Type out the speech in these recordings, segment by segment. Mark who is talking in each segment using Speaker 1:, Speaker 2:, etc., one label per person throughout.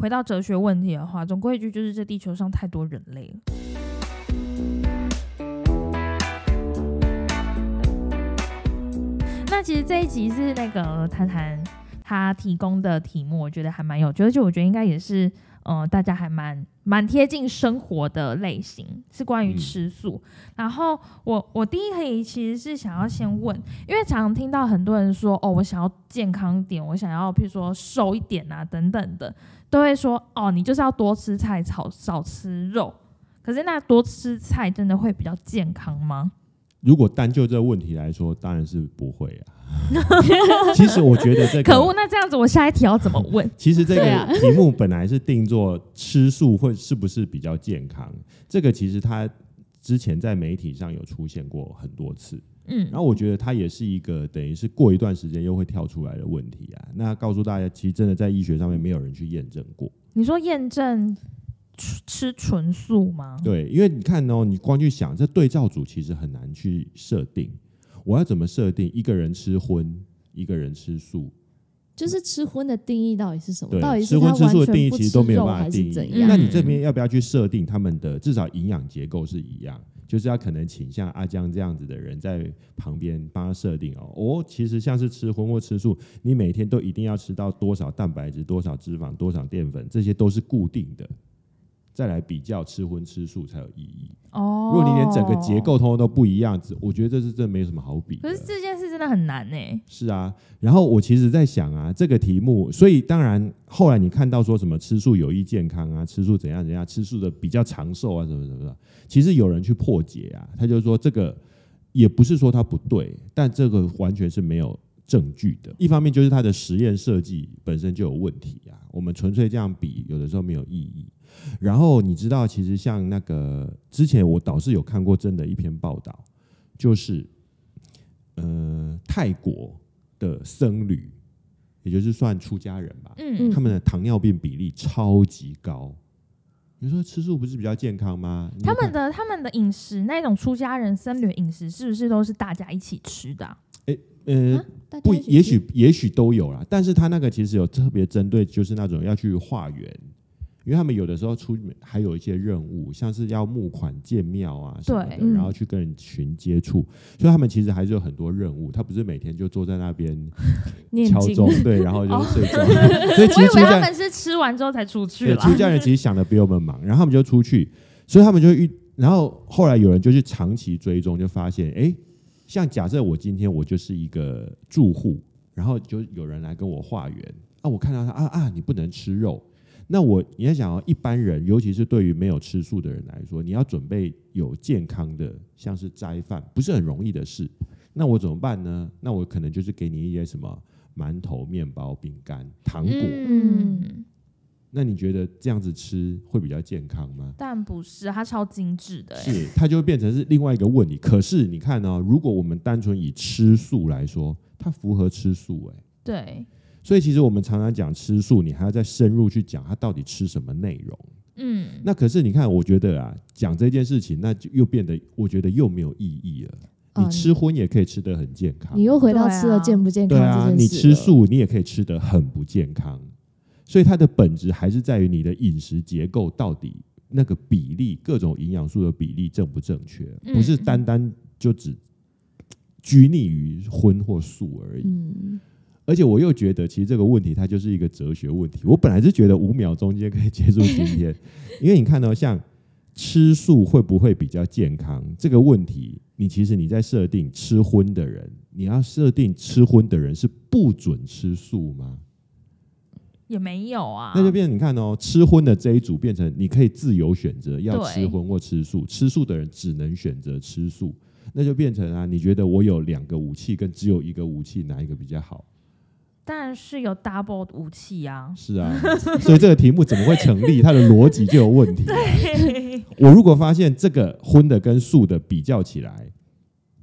Speaker 1: 回到哲学问题的话，总归一句就是这地球上太多人类了。那其实这一集是那个呃谈谈他提供的题目，我觉得还蛮有趣，而且我觉得应该也是呃大家还蛮蛮贴近生活的类型，是关于
Speaker 2: 嗯
Speaker 1: 吃素。然后我我第一题其实是想要先问，因为常常听到很多人说哦，我想要健康一点，我想要譬如说瘦一点啊等等的，都会说哦，你就是要多吃菜，少少吃肉。可是那多吃菜真的会比较健康吗？
Speaker 2: 如果单就这个问题来说，当然是不会啊。其实我觉得这个
Speaker 1: 可恶，那这样子我下一题要怎么问？
Speaker 2: 其实这
Speaker 3: 对啊
Speaker 2: 个题目本来是定做吃素会是不是比较健康，这个其实它之前在媒体上有出现过很多次。
Speaker 1: 嗯
Speaker 2: 然后我觉得它也是一个等于是过一段时间又会跳出来的问题啊。那告诉大家，其实真的在医学上面没有人去验证过。
Speaker 1: 你说验证吃吃纯素吗？
Speaker 2: 对，因为你看哦，你光去想这对照组其实很难去设定，我要怎么设定一个人吃荤，一个人吃素，
Speaker 3: 就是吃荤的定义到底是什么？
Speaker 2: 对
Speaker 3: 到底
Speaker 2: 吃
Speaker 3: 是
Speaker 2: 荤
Speaker 3: 他
Speaker 2: 吃素
Speaker 3: 完
Speaker 2: 的定
Speaker 3: 全
Speaker 2: 义
Speaker 3: 不
Speaker 2: 其
Speaker 3: 吃
Speaker 2: 实都没有
Speaker 3: 肉
Speaker 2: 办法
Speaker 3: 还
Speaker 2: 定
Speaker 3: 是
Speaker 2: 义
Speaker 3: 怎。
Speaker 1: 嗯
Speaker 3: 样？
Speaker 2: 那你这边要不要去设定他们的至少营养结构是一样？就是要可能请像阿江这样子的人在旁边帮他设定哦。哦，其实像是吃荤或吃素，你每天都一定要吃到多少蛋白质、多少脂肪、多少淀粉，这些都是固定的。再来比较吃荤吃素才有意义。
Speaker 1: 哦，
Speaker 2: 如果你连整个结，构通通都不一样，这我觉得这是真的没什么好比的。
Speaker 1: 可是这件事真的很难欸呢、
Speaker 2: 是啊，然后我其实在想啊，这个题目，所以当然后来你看到说什么吃素有益健康啊，吃素怎样怎样，吃素的比较长寿啊，什么什么的，其实有人去破解啊，他就说这个也不是说它不对，但这个完全是没有证据的。一方面就是它的实验设计本身就有问题啊，我们纯粹这样比，有的时候没有意义。然后你知道，其实像那个之前我倒是有看过真的一篇报道，就是呃泰国的僧侣，也就是算出家人吧，
Speaker 1: 嗯
Speaker 3: 嗯
Speaker 2: 他们的糖尿病比例超级高。你说吃素不是比较健康吗？你
Speaker 1: 他
Speaker 2: 看
Speaker 1: 们的他们的饮食，那种出家人僧侣饮食，是不是都是大家一起吃的啊、
Speaker 2: 呃
Speaker 3: 啊大家
Speaker 2: 不，
Speaker 3: 一起
Speaker 2: 也
Speaker 3: 吃
Speaker 2: 许也许都有啦，但是他那个其实有特别针对，就是那种要去化缘，因为他们有的时候出还有一些任务，像是要募款建庙啊什么的
Speaker 1: 对，
Speaker 3: 嗯
Speaker 2: 然后去跟人群接触，所以他们其实还是有很多任务，他不是每天就坐在那边
Speaker 3: 念
Speaker 2: 敲
Speaker 3: 经哦
Speaker 2: 钟，对，然后就是睡 觉，所以其
Speaker 1: 我以
Speaker 2: 实出
Speaker 1: 为他
Speaker 2: 家
Speaker 1: 们是吃完之后才出去
Speaker 2: 对
Speaker 1: 啦
Speaker 2: 出。家人其实想的比我们忙，然后他们就出去，所以他们就遇，然后后来有人就去长期追踪，就发现，哎，像假设我今天我就是一个住户，然后就有人来跟我化缘，啊，我看到他啊啊，你不能吃肉。那我你要想哦，一般人，尤其是对于没有吃素的人来说，你要准备有健康的，像是斋饭，不是很容易的事。那我怎么办呢？那我可能就是给你一些什么馒头、面包、饼干、糖果，
Speaker 1: 嗯，
Speaker 2: 那你觉得这样子吃会比较健康吗？
Speaker 1: 但不是，它超精致的、欸。
Speaker 2: 是，它就会变成是另外一个问题。可是你看哦，如果我们单纯以吃素来说，它符合吃素诶、
Speaker 1: 对，
Speaker 2: 所以其实我们常常讲吃素，你还要再深入去讲它到底吃什么内容。
Speaker 1: 嗯，
Speaker 2: 那可是你看，我觉得啊，讲这件事情，那就又变得我觉得又没有意义了。
Speaker 3: 嗯
Speaker 2: 你吃荤也可以吃得很健康，
Speaker 3: 你又回到吃
Speaker 1: 对啊
Speaker 3: 了健不健
Speaker 2: 对
Speaker 3: 康
Speaker 2: 啊，
Speaker 3: 这件事了。
Speaker 2: 你吃素你也可以吃得很不健康，所以它的本质还是在于你的饮食结构到底那个比例，各种营养素的比例正不正确，
Speaker 1: 嗯
Speaker 2: 不是单单就只拘泥于荤或素而已。
Speaker 3: 嗯，
Speaker 2: 而且我又觉得，其实这个问题它就是一个哲学问题。我本来是觉得五秒钟间可以结束今 天，因为你看到、像吃素会不会比较健康这个问题，你其实你在设定吃荤的人，你要设定吃荤的人是不准吃素吗？
Speaker 1: 也没有啊。
Speaker 2: 那就变成你看哦，吃荤的这一组变成你可以自由选择要
Speaker 1: 对
Speaker 2: 吃荤或吃素，吃素的人只能选择吃素，那就变成啊，你觉得我有两个武器跟只有一个武器，哪一个比较好？
Speaker 1: 但是有 double 武器 啊。
Speaker 2: 是啊，所以这个题目怎么会成立？它的逻辑就有 问题。我如果发现这个荤的跟素的比较起来，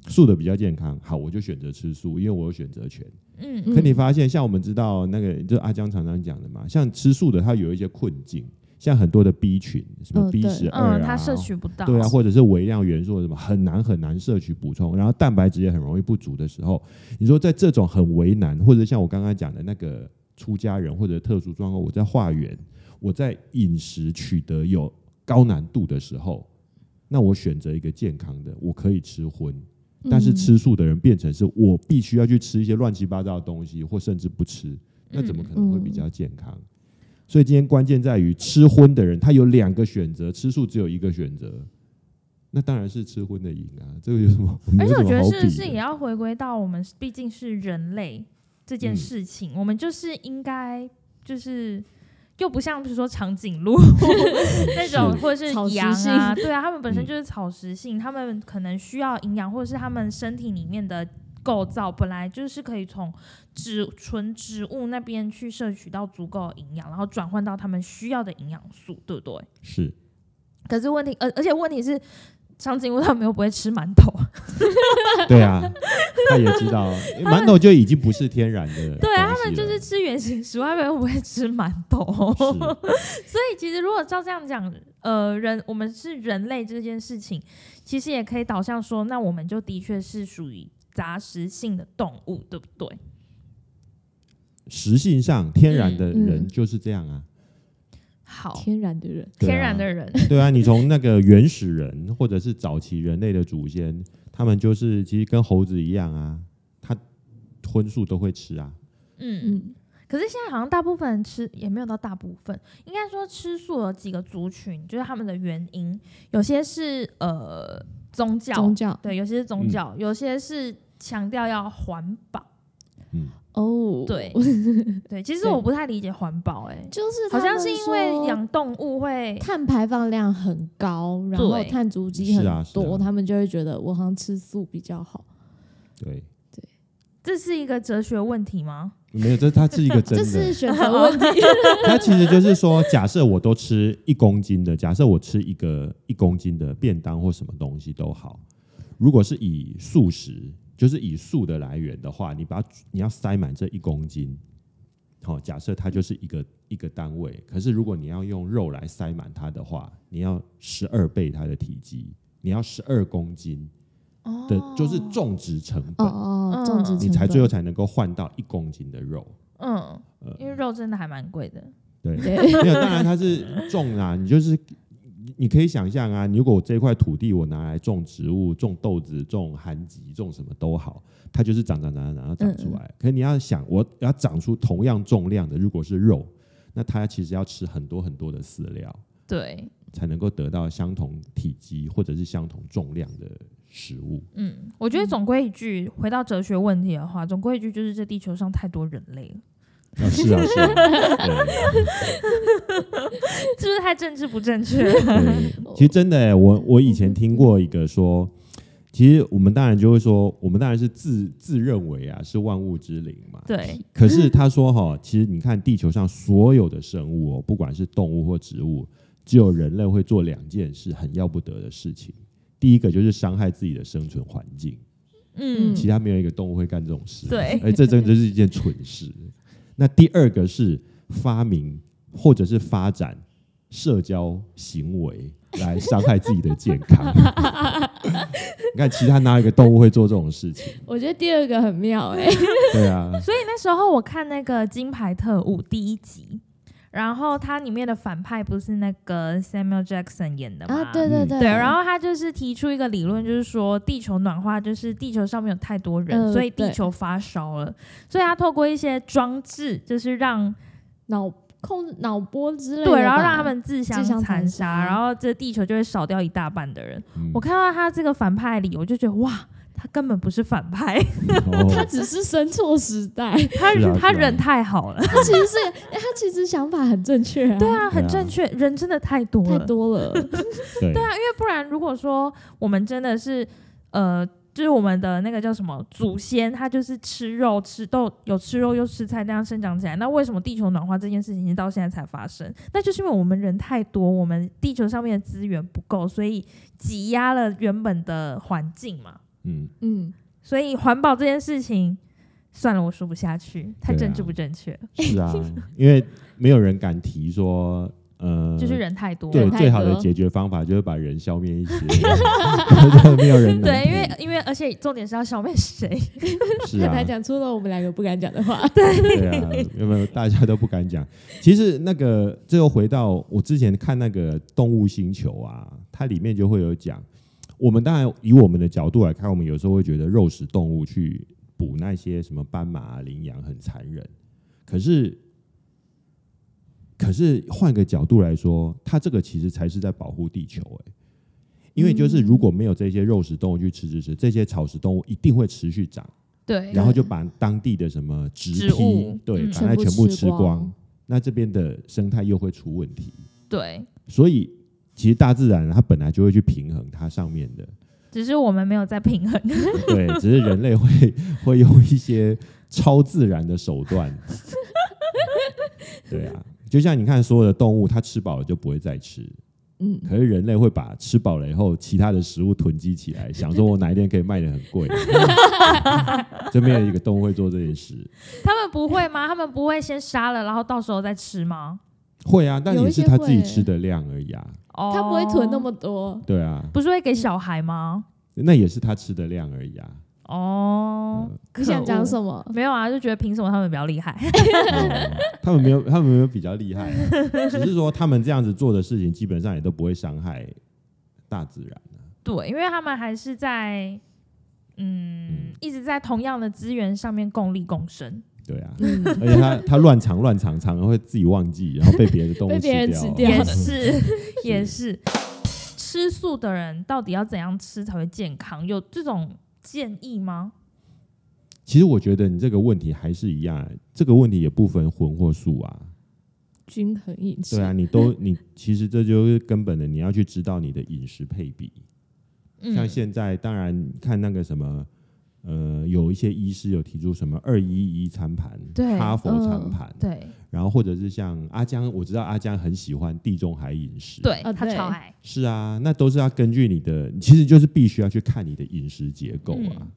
Speaker 2: 素的比较健康，好，我就选择吃素，因为我有选择权。
Speaker 1: 嗯
Speaker 2: 可你发现，像我们知道那个，就阿江常常讲的嘛，像吃素的，它有一些困境，像很多的 B 群，什么
Speaker 3: 嗯
Speaker 2: B
Speaker 3: 对
Speaker 2: 十二
Speaker 1: 嗯，
Speaker 2: 啊，
Speaker 1: 它摄取不到。
Speaker 2: 对啊，或者是微量元素什么很难很难摄取补充，然后蛋白质也很容易不足的时候，你说在这种很为难，或者像我刚刚讲的那个出家人或者特殊状况，我在化缘，我在饮食取得有高难度的时候，那我选择一个健康的，我可以吃荤，但
Speaker 3: 嗯
Speaker 2: 是吃素的人变成是我必须要去吃一些乱七八糟的东西，或甚至不吃，
Speaker 1: 嗯
Speaker 2: 那怎么可能会比较健康？所以今天关键在于吃荤的人，他有两个选择，吃素只有一个选择，那当然是吃荤的赢啊！这个有什么？没
Speaker 1: 而且我
Speaker 2: 有什么
Speaker 1: 觉得
Speaker 2: 好
Speaker 1: 是不
Speaker 2: 比
Speaker 1: 是
Speaker 2: 的
Speaker 1: 也要回归到我们毕竟是人类这件
Speaker 2: 嗯
Speaker 1: 事情，我们就是应该就是又不像比如说长颈鹿 那种，
Speaker 2: 是
Speaker 1: 或者
Speaker 3: 草
Speaker 1: 是
Speaker 3: 食
Speaker 1: 羊啊，
Speaker 3: 性
Speaker 1: 对啊，他们本身
Speaker 2: 嗯
Speaker 1: 就是草食性，他们可能需要营养，或者是他们身体里面的。构造本来就是可以从植纯植物那边去摄取到足够的营养，然后转换到他们需要的营养素，对不对？
Speaker 2: 是
Speaker 1: 可是问题，呃而而且问题是，长颈鹿他们又不会吃馒头，
Speaker 2: 对啊，他也 知道诶馒头就已经不是天然的，
Speaker 1: 对啊，他们就是。吃原形食物，他们又不会吃馒头。
Speaker 2: 是
Speaker 1: 所以其实如果照这样讲，呃，人我们是人类这件事情，其实也可以导向说，那我们就的确是属于杂食性的动物，对不对？
Speaker 2: 实性上天然的
Speaker 3: 嗯嗯
Speaker 2: 人就是这样啊，
Speaker 1: 好，
Speaker 3: 天然的人，
Speaker 2: 对啊
Speaker 1: 天然的人，
Speaker 2: 对啊，你从那个原始人或者是早期人类的祖先，他们就是其实跟猴子一样啊，他荤素都会吃啊，
Speaker 1: 嗯。
Speaker 3: 嗯，
Speaker 1: 可是现在好像大部分人吃也没有到大部分，应该说吃素有几个族群，就是他们的原因，有些是呃宗教，
Speaker 3: 宗教
Speaker 1: 对，有些是宗教，有些是强调要环保。
Speaker 3: 哦，
Speaker 1: 对对，其实
Speaker 3: 对
Speaker 1: 我不太理解环保、欸，
Speaker 3: 就是
Speaker 1: 好
Speaker 3: 他
Speaker 1: 像
Speaker 3: 们
Speaker 1: 是因为
Speaker 3: 说
Speaker 1: 养动物会，
Speaker 3: 碳排放量很高，然后
Speaker 1: 对
Speaker 3: 碳足迹
Speaker 2: 是
Speaker 3: 很多，
Speaker 2: 啊是啊
Speaker 3: 他们就会觉得我好像吃素比较好。
Speaker 2: 对，
Speaker 1: 这是一个哲学问题吗？ 哦
Speaker 2: 没有，这它是一个真的，
Speaker 3: 这是选择问题，
Speaker 2: 它其实就是说，假设我都吃一公斤的，假设我吃一个一公斤的便当或什么东西都好，如果是以素食，就是以素的来源的话，你把它你要塞满这一公斤，好、假设它就是一个一个单位，可是如果你要用肉来塞满它的话，你要十二倍它的体积，你要十二公斤
Speaker 1: 哦
Speaker 2: 的，就是种植成
Speaker 3: 哦
Speaker 2: 本，
Speaker 3: 哦
Speaker 1: 嗯，
Speaker 3: 种植
Speaker 2: 你
Speaker 3: 成
Speaker 2: 才
Speaker 3: 本
Speaker 2: 最后才能够换到一公斤的肉。
Speaker 1: 嗯，
Speaker 2: 呃
Speaker 1: 因为肉真的还蛮贵的，
Speaker 2: 对，
Speaker 3: 对，
Speaker 2: 没有，当然它是种啊，你就是你你可以想象啊，如果我这块土地我拿来种植物、种豆子、种寒橘、种什么都好，它就是长长长长长长出来。可是你要想，我要长出同样重量的，如果是肉，那它其实要吃很多很多的饲料，
Speaker 1: 对，
Speaker 2: 才能够得到相同体积或者是相同重量的食物。
Speaker 1: 嗯，我觉得总归一句，回到哲学问题的话，总归一句就是这地球上太多人类了，
Speaker 2: 啊，是啊，是啊，
Speaker 1: 是不是太政治不正确？
Speaker 2: 对对，其实真的、欸，我我以前听过一个说，其实我们当然就会说，我们当然是自自认为啊是万物之灵嘛。
Speaker 1: 对，
Speaker 2: 可是他说哈，其实你看地球上所有的生物哦，不管是动物或植物，只有人类会做两件事很要不得的事情。第一个就是伤害自己的生存环境，
Speaker 1: 嗯，
Speaker 2: 其他没有一个动物会干这种事。
Speaker 1: 对
Speaker 2: 哎，这真的是一件蠢事。那第二个是发明或者是发展社交行为来伤害自己的健康。 你看，其他哪有一个动物会做这种事情？
Speaker 3: 我觉得第二个很妙哎、
Speaker 2: 对啊，
Speaker 1: 所以那时候我看那个《金牌特务》第一集，然后它里面的反派不是那个 Samuel Jackson 演的吗？
Speaker 3: 啊，对对
Speaker 2: 嗯
Speaker 3: 对，
Speaker 1: 对，然后他就是提出一个理论，就是说地球暖化，就是地球上面有太多人，
Speaker 3: 嗯
Speaker 1: 所以地
Speaker 3: 对
Speaker 1: 球发烧了，所以他透过一些装置，就是让
Speaker 3: 脑控脑波之类的吧，
Speaker 1: 对，然后让他们自相
Speaker 3: 自相
Speaker 1: 残
Speaker 3: 残
Speaker 1: 杀，
Speaker 3: 杀
Speaker 1: 然后这地球就会少掉一大半的人。
Speaker 2: 嗯
Speaker 1: 我看到他这个反派理由，就觉得哇。他根本不是反派，
Speaker 3: 他
Speaker 2: 哦，
Speaker 3: 只是生错时代，
Speaker 1: 他
Speaker 2: 是啊
Speaker 1: 他
Speaker 2: 是啊
Speaker 1: 人太好了，
Speaker 3: 他其实是他其实想法很正确 啊，
Speaker 1: 对啊，很
Speaker 2: 对啊
Speaker 1: 正确，人真的太多
Speaker 3: 太
Speaker 1: 了，
Speaker 3: 多 了，
Speaker 2: 对
Speaker 1: 对啊，因为不然如果说我们真的是呃，就是我们的那个叫什么祖先，他就是吃肉吃豆有吃肉又吃菜那样生长起来，那为什么地球暖化这件事情到现在才发生？那就是因为我们人太多，我们地球上面的资源不够，所以挤压了原本的环境嘛。
Speaker 2: 嗯，
Speaker 3: 嗯，
Speaker 1: 所以环保这件事情，算了，我说不下去，太
Speaker 2: 对
Speaker 1: 政
Speaker 2: 啊
Speaker 1: 治不正确了。
Speaker 2: 是啊，因为没有人敢提说呃，
Speaker 1: 就是人太多。
Speaker 2: 对
Speaker 3: 人太
Speaker 2: 最好的
Speaker 3: 多
Speaker 2: 解决方法就是把人消灭 一些， 真的没有人能
Speaker 1: 对，因
Speaker 2: 听
Speaker 1: 为因为而且重点是要消灭谁？
Speaker 2: 是
Speaker 3: 他
Speaker 2: 啊
Speaker 3: 才，讲出了我们两个不敢讲的话。
Speaker 2: 对啊，有没有大家都不敢讲？ 其实那个，这又回到我之前看那个《动物星球》啊，它里面就会有讲，我们当然以我们的角度来看，我们有时候会觉得肉食动物去捕那些什么斑马啊、羚羊很残忍，可是。可是换个角度来说，它这个其实才是在保护地球、欸，因为就是如果没有这些肉食动物去吃吃吃，这些草食动物一定会持续长。
Speaker 1: 对，
Speaker 2: 然后就把当地的什么植
Speaker 1: 哎植物
Speaker 2: 批，对，
Speaker 1: 嗯
Speaker 2: 把它全部吃
Speaker 3: 全部吃光
Speaker 2: 那这边的生态又会出问题。
Speaker 1: 对，
Speaker 2: 所以其实大自然它本来就会去平衡它上面的，
Speaker 1: 只是我们没有在平衡。
Speaker 2: 对，只是人类会 会用一些超自然的手 段，对啊，就像你看所有的动物，它吃饱了就不会再吃。
Speaker 3: 嗯，
Speaker 2: 可是人类会把吃饱了以后其他的食物囤积起来，想说我哪一天可以卖的很贵， 就没有一个动物会做这件事。
Speaker 1: 他们不会吗？他们不会先杀了，然后到时候再吃吗？
Speaker 2: 会啊，但
Speaker 3: 有
Speaker 2: 也
Speaker 3: 一
Speaker 2: 是
Speaker 3: 些
Speaker 2: 他自己
Speaker 3: 会
Speaker 2: 吃的量而已啊。
Speaker 1: 哦，
Speaker 3: 他不会囤那，么多。
Speaker 2: 对啊，
Speaker 1: 不是会给小孩吗？
Speaker 2: 那也是他吃的量而已 啊。
Speaker 1: 哦，
Speaker 3: 你想讲
Speaker 1: 么？
Speaker 3: 什么？
Speaker 1: 没有啊，就觉得凭什么他们比较厉害？
Speaker 2: 嗯他们没有，他们没有比较厉害啊、只是说他们这样子做的事情，基本上也都不会伤害大自然。
Speaker 1: 对，因为他们还是在嗯一直在同样的资源上面共利共生。
Speaker 2: 对啊，
Speaker 3: 嗯，
Speaker 2: 而且 他他乱藏乱藏，常常会自己忘记，然后被别的动物
Speaker 3: 被别人
Speaker 2: 吃
Speaker 3: 吃
Speaker 2: 掉。
Speaker 3: 掉
Speaker 1: 也 是，也是。吃素的人到底要怎样吃才会健康？有这种建议吗？
Speaker 2: 其实我觉得你这个问题还是一样，啊这个问题也不分荤或素啊。
Speaker 3: 均衡饮食。
Speaker 2: 对啊，你都你其实这就是根本的，你要去知道你的饮食配比。像
Speaker 1: 嗯，
Speaker 2: 现在，当然看那个什么，呃，有一些医师有提出什么二一一餐盘、
Speaker 1: 对
Speaker 2: 哈佛餐
Speaker 3: 嗯
Speaker 2: 盘，
Speaker 1: 对
Speaker 2: 然后或者是像阿江，我知道阿江很喜欢地中海饮食，，
Speaker 1: 对，
Speaker 3: 啊
Speaker 1: 他
Speaker 3: 对
Speaker 1: 超爱。
Speaker 2: 是啊，那都是要根据你的，其实就是必须要去看你的饮食结构啊，
Speaker 1: 嗯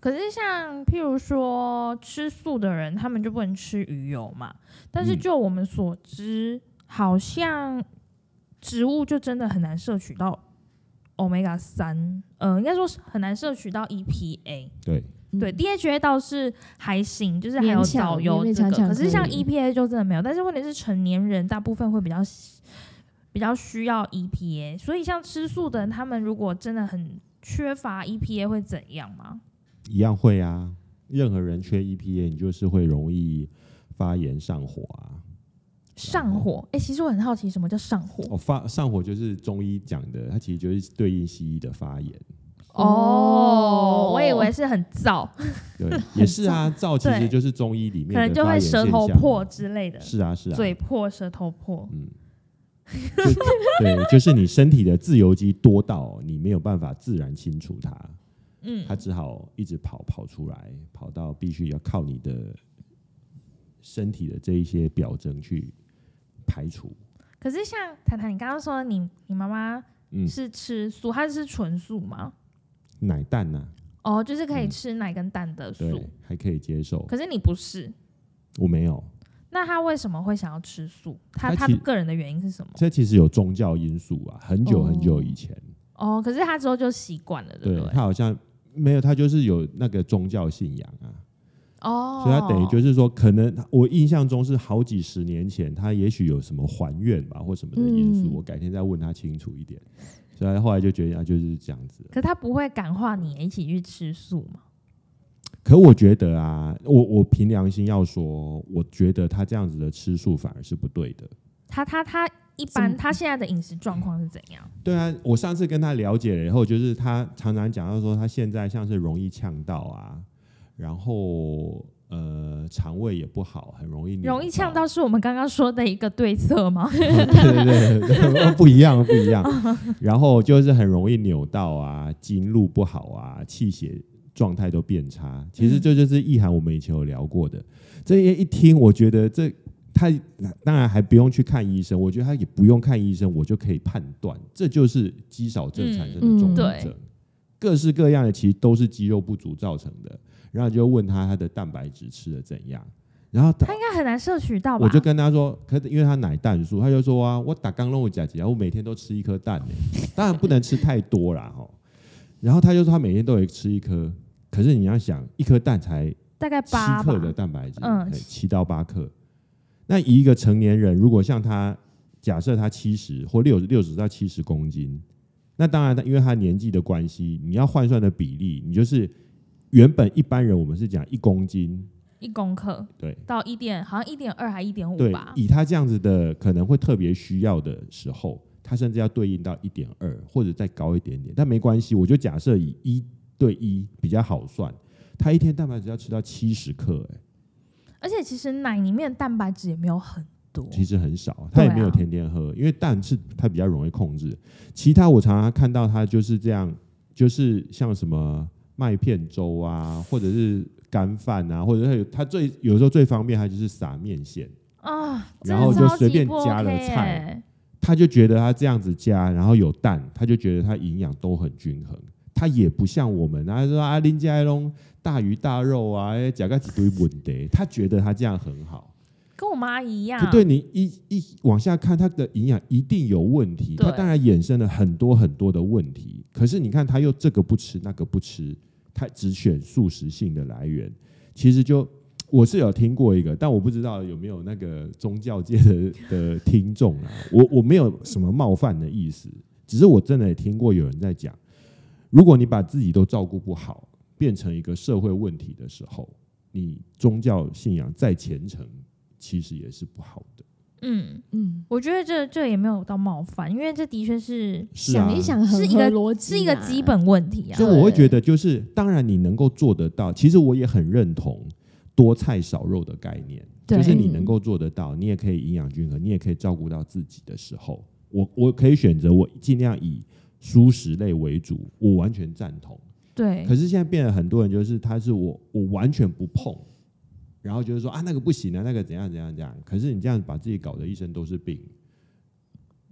Speaker 1: 可是像譬如说吃素的人，他们就不能吃鱼油嘛。但是
Speaker 2: 嗯
Speaker 1: 就我们所知，好像植物就真的很难摄取到 omega 三，呃，应该说是很难摄取到 EPA。
Speaker 2: 对，
Speaker 3: 嗯
Speaker 1: 对 DHA 倒是还行，就是还有
Speaker 3: 勉强
Speaker 1: 藻油
Speaker 3: 勉勉
Speaker 1: 这个，
Speaker 3: 强强
Speaker 1: 可是像
Speaker 2: 可以
Speaker 1: EPA 就真的没有。但是问题是成年人大部分会比较喜比较需要 EPA，所以像吃素的人，他们如果真的很缺乏 EPA 会怎样吗？
Speaker 2: 一样会啊。任何人缺 EPA，你就是会容易发炎上火啊。
Speaker 1: 上火？哎、其实我很好奇什么叫上火
Speaker 2: 哦，发上火就是中医讲的，它其实就是对应西医的发炎。
Speaker 1: 哦，我以为是很燥，
Speaker 2: 对，也是啊，燥其实
Speaker 1: 对
Speaker 2: 就是中医里面
Speaker 1: 可能
Speaker 2: 的
Speaker 1: 就
Speaker 2: 发
Speaker 1: 会
Speaker 2: 炎
Speaker 1: 舌头
Speaker 2: 现象啊
Speaker 1: 破之类的，
Speaker 2: 是啊，是啊，
Speaker 1: 嘴破、舌头破。
Speaker 2: 嗯，就对，就是你身体的自由基多到你没有办法自然清除它，
Speaker 1: 嗯
Speaker 2: 它只好一直跑跑出来，跑到必须要靠你的身体的这一些表征去排除。
Speaker 1: 可是像谈谈，你刚刚说你你妈妈
Speaker 2: 嗯，
Speaker 1: 是吃素，她是纯素吗？
Speaker 2: 奶蛋呐、
Speaker 1: 哦，就是可以
Speaker 2: 嗯
Speaker 1: 吃奶跟蛋的素，
Speaker 2: 对，还可以接受。
Speaker 1: 可是你不是，
Speaker 2: 我没有，
Speaker 1: 那他为什么会想要吃素？他
Speaker 2: 他
Speaker 1: 他
Speaker 2: 其
Speaker 1: 个人的原因是什么？
Speaker 2: 这其实有宗教因素啊，很久
Speaker 3: 哦
Speaker 2: 很久以前，
Speaker 1: 哦，可是他之后就习惯了，对
Speaker 2: 对
Speaker 1: 不对？
Speaker 2: 他好像没有，他就是有那个宗教信仰啊。
Speaker 1: 哦，
Speaker 2: 所以他等于就是是说，可能我印象中是好几十年前，他也许有什么还愿吧，或什么的因素，
Speaker 3: 嗯
Speaker 2: 我改天再问他清楚一点。所以他后来就决定啊，就是这样子。
Speaker 1: 可他不会感化你一起去吃素嘛？
Speaker 2: 可我觉得啊，我我凭良心要说，我觉得他这样子的吃素反而是不对的。
Speaker 1: 他他他一
Speaker 3: 怎
Speaker 1: 般
Speaker 3: 么
Speaker 1: 他现在的饮食状况是怎样？
Speaker 2: 对啊，我上次跟他了解了以后，就是他常常讲到说，他现在像是容易呛到啊，然后呃肠胃也不好，很容易扭
Speaker 1: 容易呛到是我们刚刚说的一个对策吗？
Speaker 2: 哦对对对对对，不一样不一样。然后就是很容易扭到啊，经路不好啊，气血状态都变差。其实这就是意涵我们以前有聊过的。这一一听，我觉得这他当然还不用去看医生，我觉得他也不用看医生，我就可以判断，这就是肌少症产生的综
Speaker 3: 嗯嗯
Speaker 2: 合
Speaker 1: 对
Speaker 2: 症。各式各样的其实都是肌肉不足造成的，然后你就问他他的蛋白质吃的怎样，然后他
Speaker 1: 他应该很难摄取到吧？
Speaker 2: 我就跟他说，可是因为他奶蛋素，他就说啊，我打刚弄我假鸡啊，我每天都吃一颗蛋呢，当然不能吃太多啦吼。然后他就说他每天都有吃一颗，可是你要想，一颗蛋才
Speaker 1: 大概
Speaker 2: 七
Speaker 1: 八吧
Speaker 2: 克，的蛋白质，
Speaker 1: 嗯
Speaker 2: 嗯，七到八克。那以一个成年人，如果像他，假设他七十或六六十到七十公斤，那当然他，因为他年纪的关系，你要换算的比例，你就是原本一般人我们是讲一公斤，
Speaker 1: 一公克
Speaker 2: 对
Speaker 1: 到一点，好像一点二还一点五
Speaker 2: 对
Speaker 1: 吧，。
Speaker 2: 以他这样子的可能会特别需要的时候，他甚至要对应到一点二或者再高一点点，但没关系，我就假设以一对一比较好算，他一天蛋白质要吃到七十克、欸，
Speaker 1: 而且其实奶里面蛋白质也没有很多，
Speaker 2: 其实很少，他也
Speaker 1: 对啊
Speaker 2: 没有天天喝，因为蛋是他比较容易控制。其他我常常看到他就是这样，就是像什么麦片粥啊，或者是干饭啊，或者是他最有时候最方便，他就是撒面线，
Speaker 1: 啊，
Speaker 2: 然后
Speaker 1: 真的
Speaker 2: 就
Speaker 1: 超
Speaker 2: 随
Speaker 1: 级
Speaker 2: 便
Speaker 1: 不 OK
Speaker 2: 加了菜
Speaker 1: 耶
Speaker 2: 他就觉得他这样子加，然后有蛋，他就觉得他营养都很均衡。他也不像我们，他说啊林家龙大鱼大肉啊，加个一堆问题，他觉得他这样很好。
Speaker 1: 跟我妈一样
Speaker 2: 可，对你一一往下看，它的营养一定有问题，
Speaker 1: 对
Speaker 2: 它当然衍生了很多很多的问题。可是你看，他又这个不吃，那个不吃，他只选素食性的来源，其实就。我是有听过一个，但我不知道有没有那个宗教界 的的听众啊。我我没有什么冒犯的意思，只是我真的也听过有人在讲，如果你把自己都照顾不好，变成一个社会问题的时候，你宗教信仰再虔诚，其实也是不好的。
Speaker 1: 嗯，
Speaker 3: 嗯，
Speaker 1: 我觉得这这也没有到冒犯，因为这的确是
Speaker 2: 是啊，
Speaker 3: 想一想很
Speaker 1: 是一
Speaker 3: 合
Speaker 1: 个
Speaker 3: 逻辑啊
Speaker 1: 是一个
Speaker 3: 嘛
Speaker 1: 基，本问题啊
Speaker 2: 所。以我会觉得，就是当然你能够做得到，其实我也很认同多菜少肉的概念，
Speaker 1: 对
Speaker 2: 就是你能够做得到，你也可以营养均衡，你也可以照顾到自己的时候，我我可以选择我尽量以蔬食类为主，我完全赞同。
Speaker 1: 对
Speaker 2: 可，是现在变得很多人就是他是我我完全不碰，然后就是说啊那个不行啊，那个怎样怎样怎样。可是你这样把自己搞得一身都是病，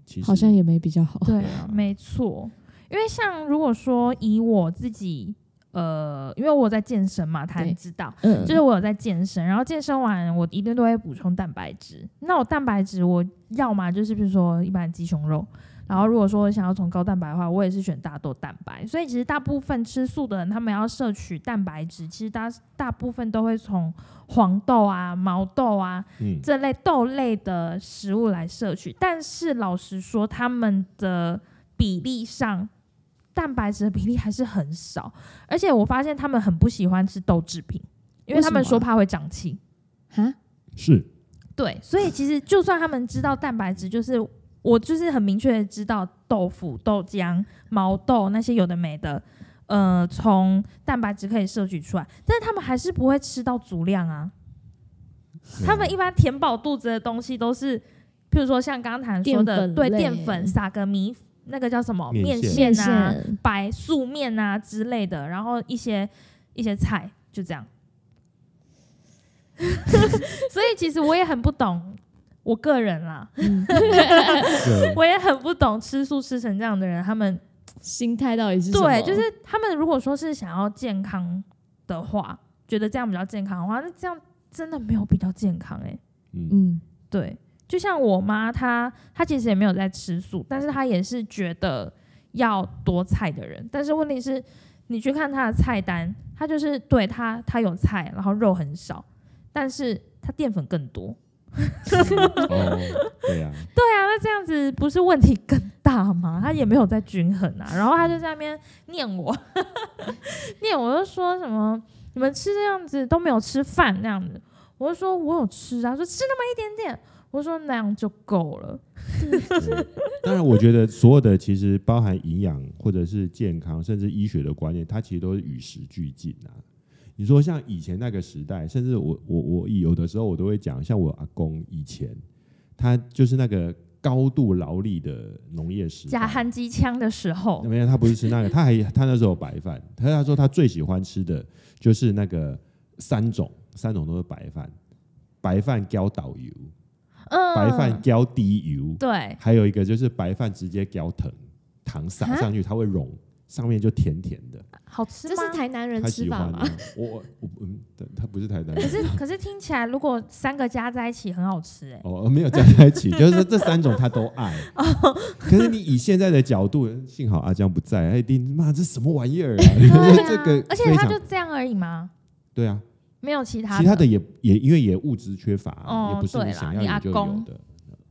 Speaker 2: 其实
Speaker 3: 好像也没比较好。
Speaker 1: 对，没错。因为像如果说以我自己，呃，因为我有在健身嘛，他
Speaker 3: 对
Speaker 1: 也知道，
Speaker 3: 嗯，
Speaker 1: 就是我有在健身，然后健身完我一定都会补充蛋白质。那我蛋白质我要嘛就是比如说一般的鸡胸肉，然后如果说我想要从高蛋白的话，我也是选大豆蛋白。所以其实大部分吃素的人，他们要摄取蛋白质，其实大大部分都会从黄豆啊、毛豆啊
Speaker 2: 嗯
Speaker 1: 这类豆类的食物来摄取。但是老实说，他们的比例上。蛋白质的比例还是很少，而且我发现他们很不喜欢吃豆制品，因为他们
Speaker 3: 为什么
Speaker 1: 说
Speaker 3: 啊
Speaker 1: 怕会长气。
Speaker 3: 哈，
Speaker 2: 是
Speaker 1: 对，所以其实就算他们知道蛋白质，就是我就是很明确的知道豆腐、豆浆、毛豆那些有的没的，呃，从蛋白质可以摄取出来，但是他们还是不会吃到足量啊。
Speaker 2: 嗯
Speaker 1: 他们一般填饱肚子的东西都是，譬如说像刚才说的，
Speaker 3: 淀粉
Speaker 1: 对
Speaker 3: 类
Speaker 1: 淀粉撒个米，那个叫什么
Speaker 2: 面线
Speaker 1: 线啊、白素面啊之类的，然后一些一些菜，就这样。 所以其实我也很不懂，我个人啦，
Speaker 2: 对
Speaker 1: 我也很不懂吃素吃成这样的人，他们
Speaker 3: 心态到底是什
Speaker 1: 对，
Speaker 3: 么
Speaker 1: 就是他们如果说是想要健康的话，觉得这样比较健康的话，那这样真的没有比较健康哎、
Speaker 2: 嗯
Speaker 3: 嗯，
Speaker 1: 对，就像我妈，她她其实也没有在吃素，但是她也是觉得要多菜的人。但是问题是，你去看她的菜单，她就是对她她有菜，然后肉很少，但是她淀粉更多。
Speaker 2: 哦对啊，
Speaker 1: 对啊，那这样子不是问题更大吗？她也没有在均衡啊，然后她就在那边念我， 念我就说什么你们吃这样子都没有吃饭那样子，我就说我有吃啊，她说吃那么一点点，我说那样就够了。
Speaker 2: 对当然我觉得所有的其实包含营养或者是健康甚至医学的观念，它其实都是与时俱进啊。你说像以前那个时代，甚至我我我有的时候我都会讲，像我阿公以前，他就是那个高度劳力的农业时代，
Speaker 1: 夹含机枪的时候，
Speaker 2: 没有，他不是吃那个，他还他那时候有白饭，他他说他最喜欢吃的就是那个三种，三种都是白饭，白饭浇导油，
Speaker 1: 嗯，
Speaker 2: 白饭浇滴油，
Speaker 1: 对，
Speaker 2: 还有一个就是白饭直接浇糖，糖撒上去它会溶，上面就甜甜的，
Speaker 1: 好吃
Speaker 3: 这
Speaker 1: 吗？
Speaker 3: 是台南人
Speaker 2: 他
Speaker 3: 吃
Speaker 2: 喜
Speaker 3: 法
Speaker 2: 欢、
Speaker 3: 吗
Speaker 2: 啊？。我我嗯，对他不是台南
Speaker 1: 可
Speaker 2: 人。
Speaker 1: 是
Speaker 3: 嗯
Speaker 1: 可是听起来，如果三个加在一起很好吃哎、
Speaker 2: 哦，没有加在一起，就 是这三种他都爱。
Speaker 1: 哦
Speaker 2: 可是你以现在的角度，幸好阿江不在，他一定骂这什么玩意儿 啊！
Speaker 1: 对
Speaker 2: 你说
Speaker 1: 啊
Speaker 2: 这个
Speaker 1: 而且
Speaker 2: 非
Speaker 1: 他
Speaker 2: 常
Speaker 1: 就这样而已吗？
Speaker 2: 对啊，
Speaker 1: 没有其他
Speaker 2: 其他的也也因为也物质缺乏、
Speaker 1: 哦
Speaker 2: 也不是
Speaker 1: 对
Speaker 2: 你
Speaker 1: 啦
Speaker 2: 想
Speaker 1: 你
Speaker 2: 要
Speaker 1: 阿
Speaker 2: 就有
Speaker 1: 公
Speaker 2: 的。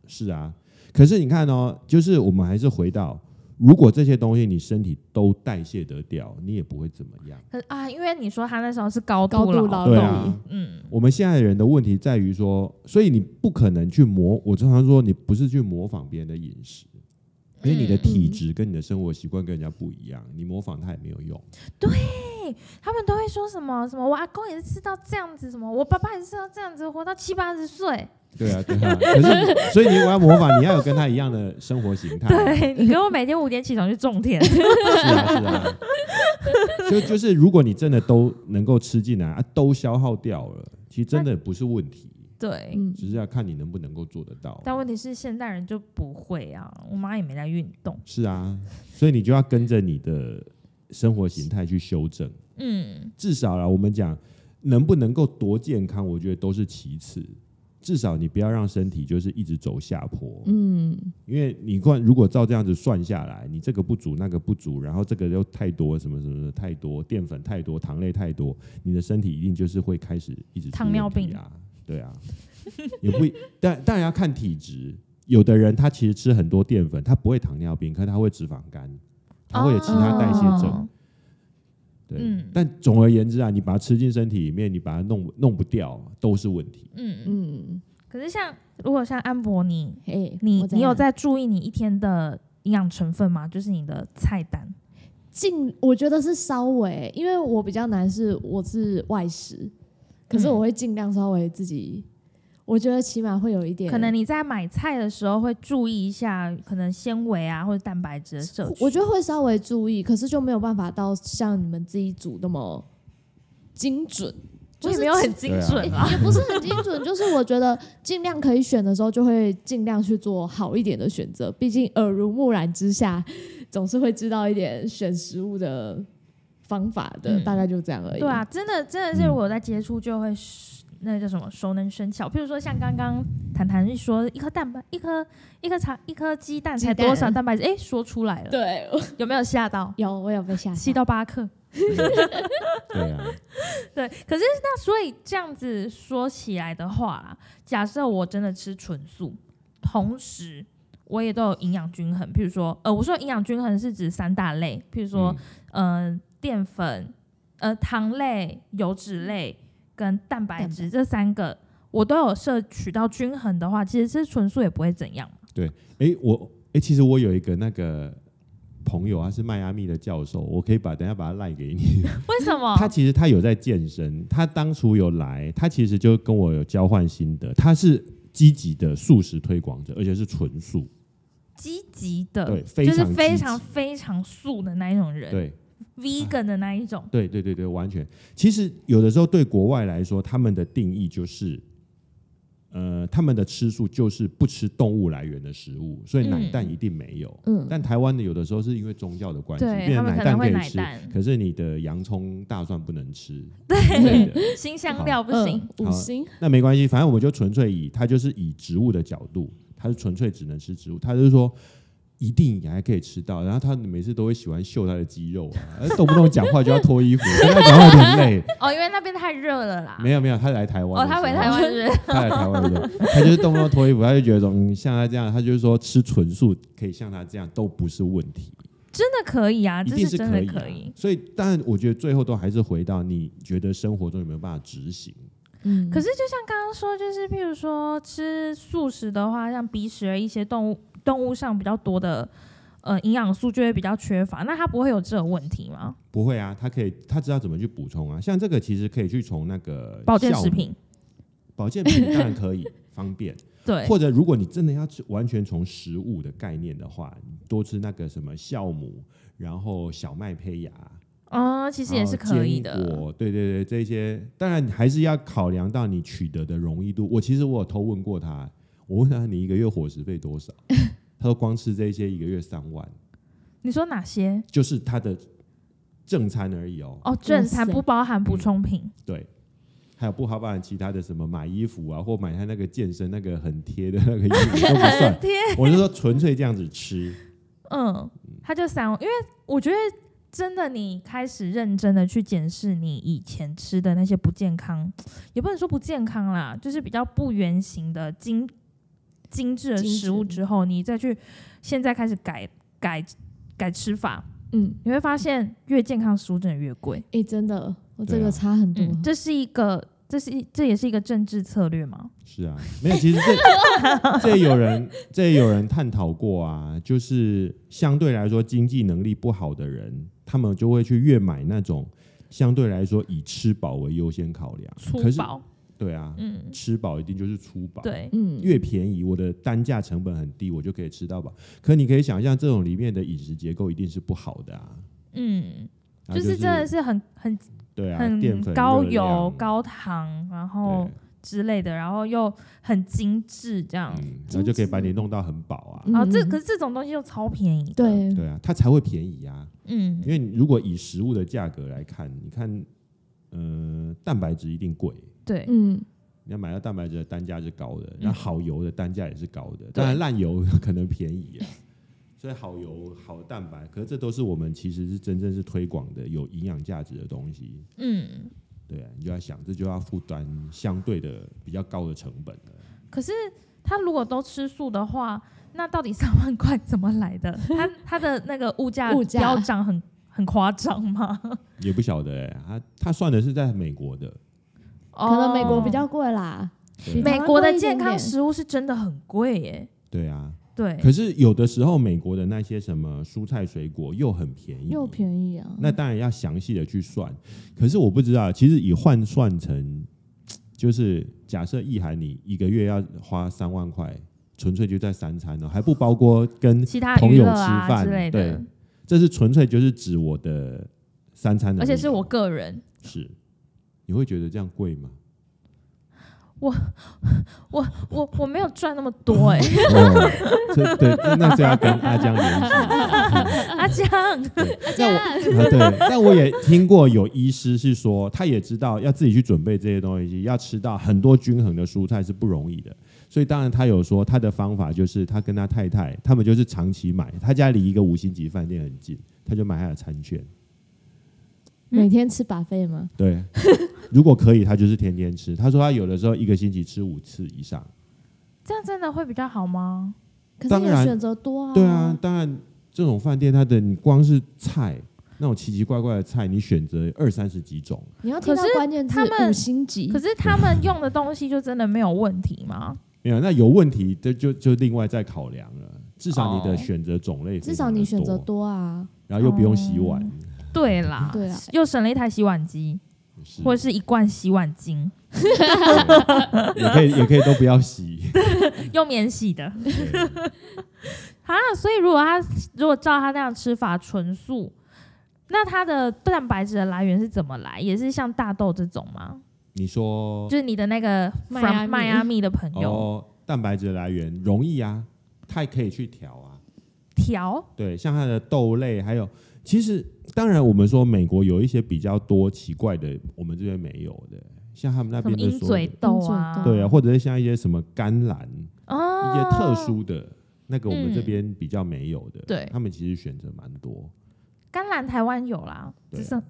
Speaker 2: 是啊，可是你看哦，就是我们还是回到，如果这些东西你身体都代谢得掉，你也不会怎么样。
Speaker 1: 可啊，因为你说他那时候是高
Speaker 3: 高
Speaker 1: 劳
Speaker 3: 度劳
Speaker 2: 对
Speaker 3: 动
Speaker 2: 啊，
Speaker 1: 嗯，
Speaker 2: 我们现在人的问题在于说，所以你不可能去模，我常常说你不是去模仿别人的饮食。因为你的体
Speaker 1: 嗯
Speaker 2: 质跟你的生活习惯跟人家不一样，你模仿他也没有用。
Speaker 1: 他们都会说什么什么，我阿公也是吃到这样子，什么我爸爸也是吃到这样子，活到七八十岁。
Speaker 2: 对啊，对啊。可是，所以你如果要模仿，你要有跟他一样的生活形态。
Speaker 1: 对你给我每天五点起床去种 田，
Speaker 2: 是啊，是啊。 就就是，如果你真的都能够吃进来，啊、都消耗掉了，其实真的不是问题，
Speaker 1: 对。
Speaker 3: 嗯，
Speaker 2: 只是要看你能不能够做得到。
Speaker 1: 但问题是，现代人就不会啊，我妈也没在运动。
Speaker 2: 是啊，所以你就要跟着你的生活形态去修正。
Speaker 1: 嗯，
Speaker 2: 至少啦，我们讲能不能够多健康，我觉得都是其次。至少你不要让身体就是一直走下坡，
Speaker 3: 嗯，
Speaker 2: 因为你看，如果照这样子算下来，你这个不足，那个不足，然后这个又太多，什么什么的太多，淀粉太多，糖类太多，你的身体一定就是会开始一直出
Speaker 1: 糖尿
Speaker 2: 问题
Speaker 1: 病
Speaker 2: 啊，对啊，也不一，但当然要看体质。有的人他其实吃很多淀粉，他不会糖尿病，可他会脂肪肝，他会有其他代谢症。
Speaker 1: 哦
Speaker 2: 对，
Speaker 1: 嗯
Speaker 2: 但总而言之啊，你把它吃进身体里面，你把它弄弄不掉，都是 问题。
Speaker 1: 嗯嗯。
Speaker 3: 嗯，
Speaker 1: 可是像如果像安博你，
Speaker 3: 哎，
Speaker 1: 你
Speaker 3: 我怎
Speaker 1: 你有
Speaker 3: 样
Speaker 1: 在注意你一天的营养成分吗？就是你的菜单。
Speaker 3: 尽？我觉得是稍微，因为我比较难是我是外食，可是
Speaker 1: 嗯
Speaker 3: 我会尽量稍微自己，我觉得起码会有一点，
Speaker 1: 可能你在买菜的时候会注意一下，可能纤维啊或者蛋白质的摄取。
Speaker 3: 我觉得会稍微注意，可是就没有办法到像你们自己煮那么精准，
Speaker 1: 我
Speaker 3: 就
Speaker 1: 也
Speaker 3: 是
Speaker 1: 没有很
Speaker 3: 尽
Speaker 1: 精准啊。
Speaker 3: 也不是很精准，就是我觉得尽量可以选的时候，就会尽量去做好一点的选择。毕竟耳濡目染之下，总是会知道一点选食物的方法的，
Speaker 1: 嗯
Speaker 3: 大概就这样而已。
Speaker 1: 对啊，，真的真的是，如果在接触就会是那个叫什么熟能生巧。譬如说像刚刚谈谈一说，一颗蛋白，一颗一颗茶，一颗鸡蛋才
Speaker 3: 鸡蛋
Speaker 1: 多少蛋白质？哎，说出来了，
Speaker 3: 对， 我
Speaker 1: 有没有吓到？
Speaker 3: 有我有被吓
Speaker 1: 七
Speaker 3: 到，
Speaker 1: 到八克。
Speaker 2: 对啊，
Speaker 1: 对，可是那所以这样子说起来的话啦，假设我真的吃纯素，同时我也都有营养均衡，譬如说，呃，我说营养均衡是指三大类，譬如说，嗯、淀粉、呃，糖类、油脂类跟蛋白
Speaker 3: 蛋
Speaker 1: 质这三个，我都有摄取到均衡的话，其实吃纯素也不会怎样嘛。
Speaker 2: 诶，我诶，其实我有一个那个朋友，他是迈阿密的教授，我可以把等一下把他赖给你。
Speaker 1: 为什么？
Speaker 2: 他其实他有在健身，他当初有来，他其实就跟我有交换心得，他是积极的素食推广者，而且是纯素，
Speaker 1: 积极的，
Speaker 2: 对非
Speaker 1: 呃就是
Speaker 2: 常积
Speaker 1: 非
Speaker 2: 极
Speaker 1: 常非常素的那一种人
Speaker 2: 对。
Speaker 1: ，vegan 的那一种。
Speaker 2: 对对对对，完全。其实有的时候对国外来说，他们的定义就是，呃，他们的吃素就是不吃动物来源的食物，所以奶
Speaker 1: 嗯
Speaker 2: 蛋一定没有。
Speaker 3: 嗯
Speaker 2: 但台湾的有的时候是因为宗教的关系，
Speaker 1: 对
Speaker 2: 变
Speaker 1: 他
Speaker 2: 成
Speaker 1: 们
Speaker 2: 奶
Speaker 1: 可能
Speaker 2: 蛋
Speaker 1: 会
Speaker 2: 可以
Speaker 1: 奶
Speaker 2: 吃
Speaker 1: 蛋，
Speaker 2: 可是你的洋葱、大蒜不能吃。
Speaker 1: 对
Speaker 2: 对的
Speaker 1: 新香料不行。
Speaker 3: 嗯
Speaker 2: 好
Speaker 3: 五星
Speaker 2: 那没关系，反正我们就纯粹以它就是以植物的角度，它是纯粹只能吃植物，它就是说。一定也还可以吃到，然后他每次都会喜欢秀他的肌肉啊，动不动讲话就要脱衣服，跟他讲话有点累。
Speaker 1: 哦，因为那边太热了啦。
Speaker 2: 没有没有，他来台湾
Speaker 1: 啊哦，
Speaker 2: 的时候。
Speaker 1: 他回台湾是 不是
Speaker 2: 他来台湾的时候，他就是动不动脱衣服，他就觉得说，嗯，像他这样，他就是说吃纯素可以像他这样都不是问题，
Speaker 1: 真的可以啊，
Speaker 2: 一
Speaker 1: 这
Speaker 2: 定
Speaker 1: 真
Speaker 2: 可
Speaker 1: 的
Speaker 2: 以、啊。
Speaker 1: 可以。
Speaker 2: 所以，但我觉得最后都还是回到你觉得生活中有没有办法执行？
Speaker 3: 嗯，
Speaker 1: 可是就像刚刚说，就是譬如说吃素食的话，像鼻食一些动物动物上比较多的呃营养素就会比较缺乏，那它不会有这个问题吗？
Speaker 2: 不会啊，他可以，他知道怎么去补充啊。像这个其实可以去从那个
Speaker 1: 保健
Speaker 2: 酵母
Speaker 1: 食，品，
Speaker 2: 保健品当然可以方 便，
Speaker 1: 对，
Speaker 2: 或者如果你真的要吃完全从食物的概念的话，你多吃那个什么酵母，然后小麦胚芽，
Speaker 1: 嗯，其实也是可以
Speaker 2: 然后哦啊坚
Speaker 1: 的。
Speaker 2: 果对对对，这些当然还是要考量到你取得的容易度。我其实我有偷问 过他，我问他你一个月伙食费多少，他说光吃这些一个月三万。
Speaker 1: 你说哪些？
Speaker 2: 就是它的正餐而已哦。
Speaker 1: 哦，正餐
Speaker 3: 塞
Speaker 1: 不包含补充品。
Speaker 2: 对，还有不好办其他的什么买衣服啊，或买他那个健身那个很贴的那个衣服哦都不 算。
Speaker 1: 贴，
Speaker 2: 我是说纯粹这样子吃，
Speaker 1: 嗯，它就散，因为我觉得真的，你开始认真的去检视你以前吃的那些不健康，也不能说不健康啦，就是比较不原型的精精致的
Speaker 3: 精致
Speaker 1: 食物之后，你再去现在开始改改改吃法，
Speaker 3: 嗯，
Speaker 1: 你会发现越健康食物真的越贵。
Speaker 3: 诶，真的，我这
Speaker 2: 对啊
Speaker 3: 个差很多。
Speaker 1: 嗯，这是一个，这是一这也是一个政治策略嘛？
Speaker 2: 是啊，没有。其实 这这也有人这也有人探讨过啊，就是相对来说经济能力不好的人，他们就会去越买那种相对来说以吃饱为优先考量。
Speaker 1: 粗
Speaker 2: 可是
Speaker 1: 饱，
Speaker 2: 对啊，
Speaker 1: 嗯，
Speaker 2: 吃饱一定就是粗饱。
Speaker 1: 对，
Speaker 3: 嗯，
Speaker 2: 越便宜，我的单价成本很低，我就可以吃到饱。可你可以想象，这种里面的饮食结构一定是不好的啊，
Speaker 1: 嗯，
Speaker 2: 啊
Speaker 1: 就是真的
Speaker 2: 是
Speaker 1: 是很很
Speaker 2: 对啊，淀
Speaker 1: 很
Speaker 2: 粉、
Speaker 1: 高
Speaker 2: 热量
Speaker 1: 油、高糖，然
Speaker 2: 对
Speaker 1: 后之类的，然后又很精致这样。
Speaker 2: 嗯，然后就可以把你弄到很饱啊，
Speaker 3: 嗯
Speaker 1: 然后哦这可是这种东西又超便宜。，
Speaker 3: 对，
Speaker 2: 对啊，它才会便宜啊。
Speaker 1: 嗯
Speaker 2: 因，为你如果以食物的价格来看，你看，呃，蛋白质一定贵。
Speaker 1: 对，
Speaker 3: 嗯，
Speaker 2: 你要买到蛋白质的单价是高的，然后好油的单价也是高的，当然烂油可能便宜啊。 所以好油、好蛋白，可是这都是我们其实是真正是推广的有营养价值的东西。
Speaker 1: 嗯。
Speaker 2: 对啊，你就要想，这就要负担相对的比较高的成本啊了。
Speaker 1: 可是他如果都吃素的话，那到底三万块怎么来的？他他的那个物价
Speaker 3: 物价
Speaker 1: 飙涨很很夸张吗？
Speaker 2: 也不晓得哎、他他算的是在美国的，
Speaker 3: 可能美国
Speaker 1: 哦
Speaker 3: 比较贵啦。
Speaker 2: 对啊
Speaker 1: 美国的健
Speaker 3: 台湾贵一点
Speaker 1: 康
Speaker 3: 点
Speaker 1: 食物是真的很贵耶。
Speaker 2: 对啊。
Speaker 1: 对，
Speaker 2: 可是有的时候，美国的那些什么蔬菜水果又很便宜，
Speaker 3: 又便宜啊。
Speaker 2: 嗯
Speaker 1: 嗯
Speaker 2: 那当然要详细的去算。可是我不知道，其实以换算成，就是假设意涵你一个月要花三万块，纯粹就在三餐哦，还不包括跟
Speaker 1: 其他
Speaker 2: 朋
Speaker 1: 娱
Speaker 2: 友
Speaker 1: 乐
Speaker 2: 吃
Speaker 1: 啊
Speaker 2: 饭
Speaker 1: 之类
Speaker 2: 对
Speaker 1: 的，，
Speaker 2: 这是纯粹就是指我的三餐的，
Speaker 1: 而且是我个 人，
Speaker 2: 是，你会觉得这样贵吗？
Speaker 1: 我我我没有赚那么多 哎、
Speaker 2: 哦，这对，这那是要跟阿江联系。
Speaker 1: 阿江，
Speaker 2: 那我 啊对，但我也听过有医师是说，他也知道要自己去准备这些东西，要吃到很多均衡的蔬菜是不容易的。所以当然他有说他的方法就是他跟他太太，他们就是长期买，他家离一个五星级饭店很近，他就买他的餐券。
Speaker 3: 每天吃把费吗？
Speaker 2: 对， 如果可以，他就是天天吃。他说啊他有的时候一个星期吃五次以上。
Speaker 1: 这样真的会比较好吗？
Speaker 3: 可是
Speaker 2: 当
Speaker 3: 你
Speaker 2: 然
Speaker 3: 的选择多啊。
Speaker 2: 对啊，，当然这种饭店它的你光是菜那种奇奇怪怪的菜，你选择二三十几种。
Speaker 3: 你要听到
Speaker 1: 可是
Speaker 3: 关键字
Speaker 1: 他们
Speaker 3: 五星级
Speaker 1: 可，是他们用的东西就真的没有问题吗？
Speaker 2: 没有，那有问题这就就另外再考量了。至少你的
Speaker 1: 哦
Speaker 2: 选择种类，
Speaker 3: 至少你选择，多啊。
Speaker 2: 然后又不用洗 碗，
Speaker 1: 哦对啦，嗯
Speaker 3: 对啊
Speaker 1: 又省了一台洗碗机
Speaker 2: 是
Speaker 1: 或者是一罐洗碗巾，
Speaker 2: 也可以也可以都不要洗。
Speaker 1: 用免洗的
Speaker 2: 对
Speaker 1: 啊。所以如果他如果照他那样吃法纯素，那它的蛋白质的来源是怎么来？也是像大豆这种吗？
Speaker 2: 你说
Speaker 1: 就是你的那个
Speaker 3: 迈
Speaker 1: from
Speaker 3: 阿密
Speaker 1: 迈阿密的朋友
Speaker 2: 哦，蛋白质的来源容易啊，太可以去调啊。
Speaker 1: 调，
Speaker 2: 对，像它的豆类，还有其实当然我们说美国有一些比较多奇怪的，我们这边没有的，像他们那
Speaker 1: 什么
Speaker 2: 边就
Speaker 1: 鹰
Speaker 2: 说
Speaker 1: 嘴豆
Speaker 3: 鹰
Speaker 1: 啊，
Speaker 3: 嘴豆
Speaker 2: 对啊，或者是像一些什么甘蓝，
Speaker 1: 哦，
Speaker 2: 一些特殊的。那个我们
Speaker 1: 嗯
Speaker 2: 这边比较没有的，
Speaker 1: 对
Speaker 2: 他们其实选择蛮多。
Speaker 1: 甘蓝台湾有啦，
Speaker 2: 对
Speaker 1: 只
Speaker 2: 啊
Speaker 1: 是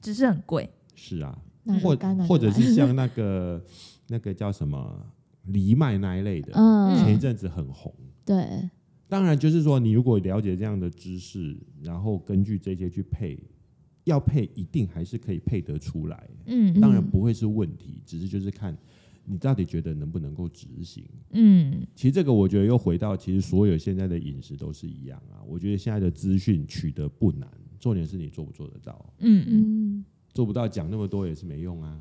Speaker 1: 只是很贵。
Speaker 2: 是啊，
Speaker 3: 哪个
Speaker 2: 或
Speaker 3: 甘嗯蓝的
Speaker 2: 或者
Speaker 3: 来
Speaker 2: 是像那个那个叫什么藜麦那一类的，前一
Speaker 3: 嗯，
Speaker 2: 阵子很红。
Speaker 3: 对，
Speaker 2: 当然，就是说你如果了解这样的知识，然后根据这些去配，要配一定还是可以配得出来，
Speaker 1: 嗯
Speaker 2: 当然不会是问题，只是就是看你到底觉得能不能够执行。
Speaker 1: 嗯
Speaker 2: 其实这个我觉得又回到，其实所有现在的饮食都是一样啊。我觉得现在的资讯取得不难，重点是你做不做得到，
Speaker 1: 嗯嗯。
Speaker 3: 嗯，
Speaker 2: 做不到讲那么多也是没用啊。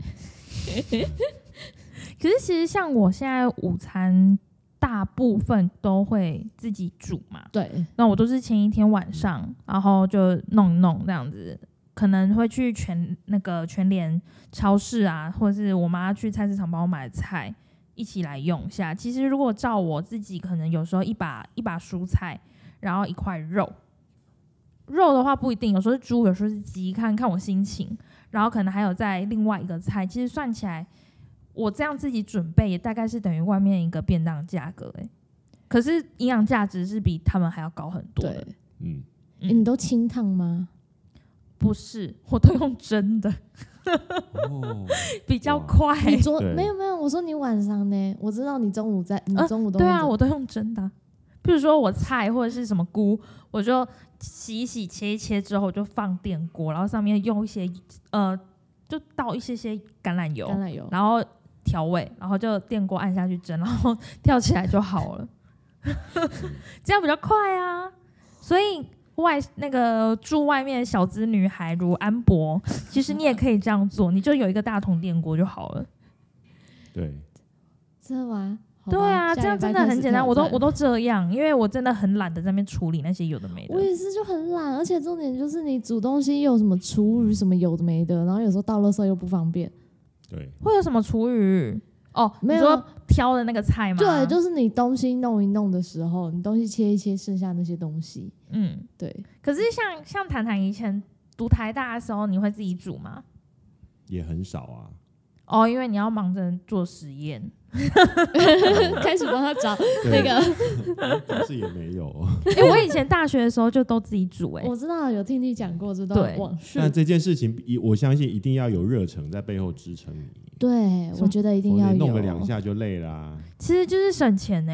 Speaker 1: 可是其实像我现在午餐大部分都会自己煮嘛，
Speaker 3: 对，
Speaker 1: 那我都是前一天晚上，然后就弄一弄这样子。可能会去全那个全联超市啊，或者是我妈去菜市场帮我买菜，一起来用一下。其实如果照我自己，可能有时候一把一把蔬菜，然后一块肉，肉的话不一定，有时候是猪，有时候是鸡，看看我心情。然后可能还有在另外一个菜，其实算起来，我这样自己准备也大概是等于外面一个便当的价格哎、可是营养价值是比他们还要高很多的
Speaker 3: 对。，
Speaker 2: 嗯，
Speaker 1: 嗯
Speaker 3: 欸你都清烫吗？
Speaker 1: 不是，我都用蒸的，
Speaker 2: 哦，
Speaker 1: 比较
Speaker 2: 哇
Speaker 1: 快。
Speaker 3: 你昨
Speaker 2: 对
Speaker 3: 没有没有，我说你晚上呢？我知道你中午在，你
Speaker 1: 呃
Speaker 3: 中午都
Speaker 1: 对
Speaker 3: 会
Speaker 1: 啊，
Speaker 3: 做
Speaker 1: 我都用蒸的啊。譬如说我菜或者是什么菇，我就洗一洗、切一切之后，我就放电锅，然后上面用一些呃，就倒一些些橄榄油，
Speaker 3: 橄榄油，
Speaker 1: 然后调味，然后就电锅按下去蒸，然后 跳起来就好了，这样比较快啊。所以外那个住外面的小资女孩如安博，其实你
Speaker 3: 嗯
Speaker 1: 也可以这样做，你就有一个大桶电锅就好了。
Speaker 2: 对，
Speaker 3: 这吗？好吧
Speaker 1: 对啊，
Speaker 3: 下
Speaker 1: 这样
Speaker 3: 礼拜
Speaker 1: 真的
Speaker 3: 开
Speaker 1: 很
Speaker 3: 始
Speaker 1: 简单，
Speaker 3: 挑
Speaker 1: 我都
Speaker 3: 战
Speaker 1: 我都这样，因为我真的很懒得在那边处理那些有的没的
Speaker 3: 我。也是就很懒，而且重点就是你煮东西又有什么厨余什么有的没的，然后有时候倒垃圾又不方便。
Speaker 2: 对，
Speaker 1: 会有什么厨余？哦，
Speaker 3: 没
Speaker 1: 你
Speaker 3: 有
Speaker 1: 说
Speaker 3: 啊
Speaker 1: 挑的那个菜吗？
Speaker 3: 对，就是你东西弄一弄的时候，你东西切一切，剩下那些东西，
Speaker 1: 嗯。
Speaker 3: 对，
Speaker 1: 可是像像谈谈以前读台大的时候，你会自己煮吗？
Speaker 2: 也很少 啊。
Speaker 1: 哦，因为你要忙着做实验。
Speaker 3: 开始帮他找
Speaker 2: 对
Speaker 3: 那个。
Speaker 2: 但是也没有。
Speaker 1: 哎、我以前大学的时候就都自己煮、欸，
Speaker 3: 我知道有听你讲过这
Speaker 1: 对
Speaker 3: 段往事
Speaker 2: 但，这件事情，一我相信一定要有热忱在背后支撑你。
Speaker 3: 对，
Speaker 1: 什
Speaker 3: 我
Speaker 1: 么
Speaker 3: 觉得一定
Speaker 2: 我
Speaker 3: 要
Speaker 2: 连
Speaker 3: 有
Speaker 2: 弄个两下就累啦、
Speaker 1: 其实就是省钱呢、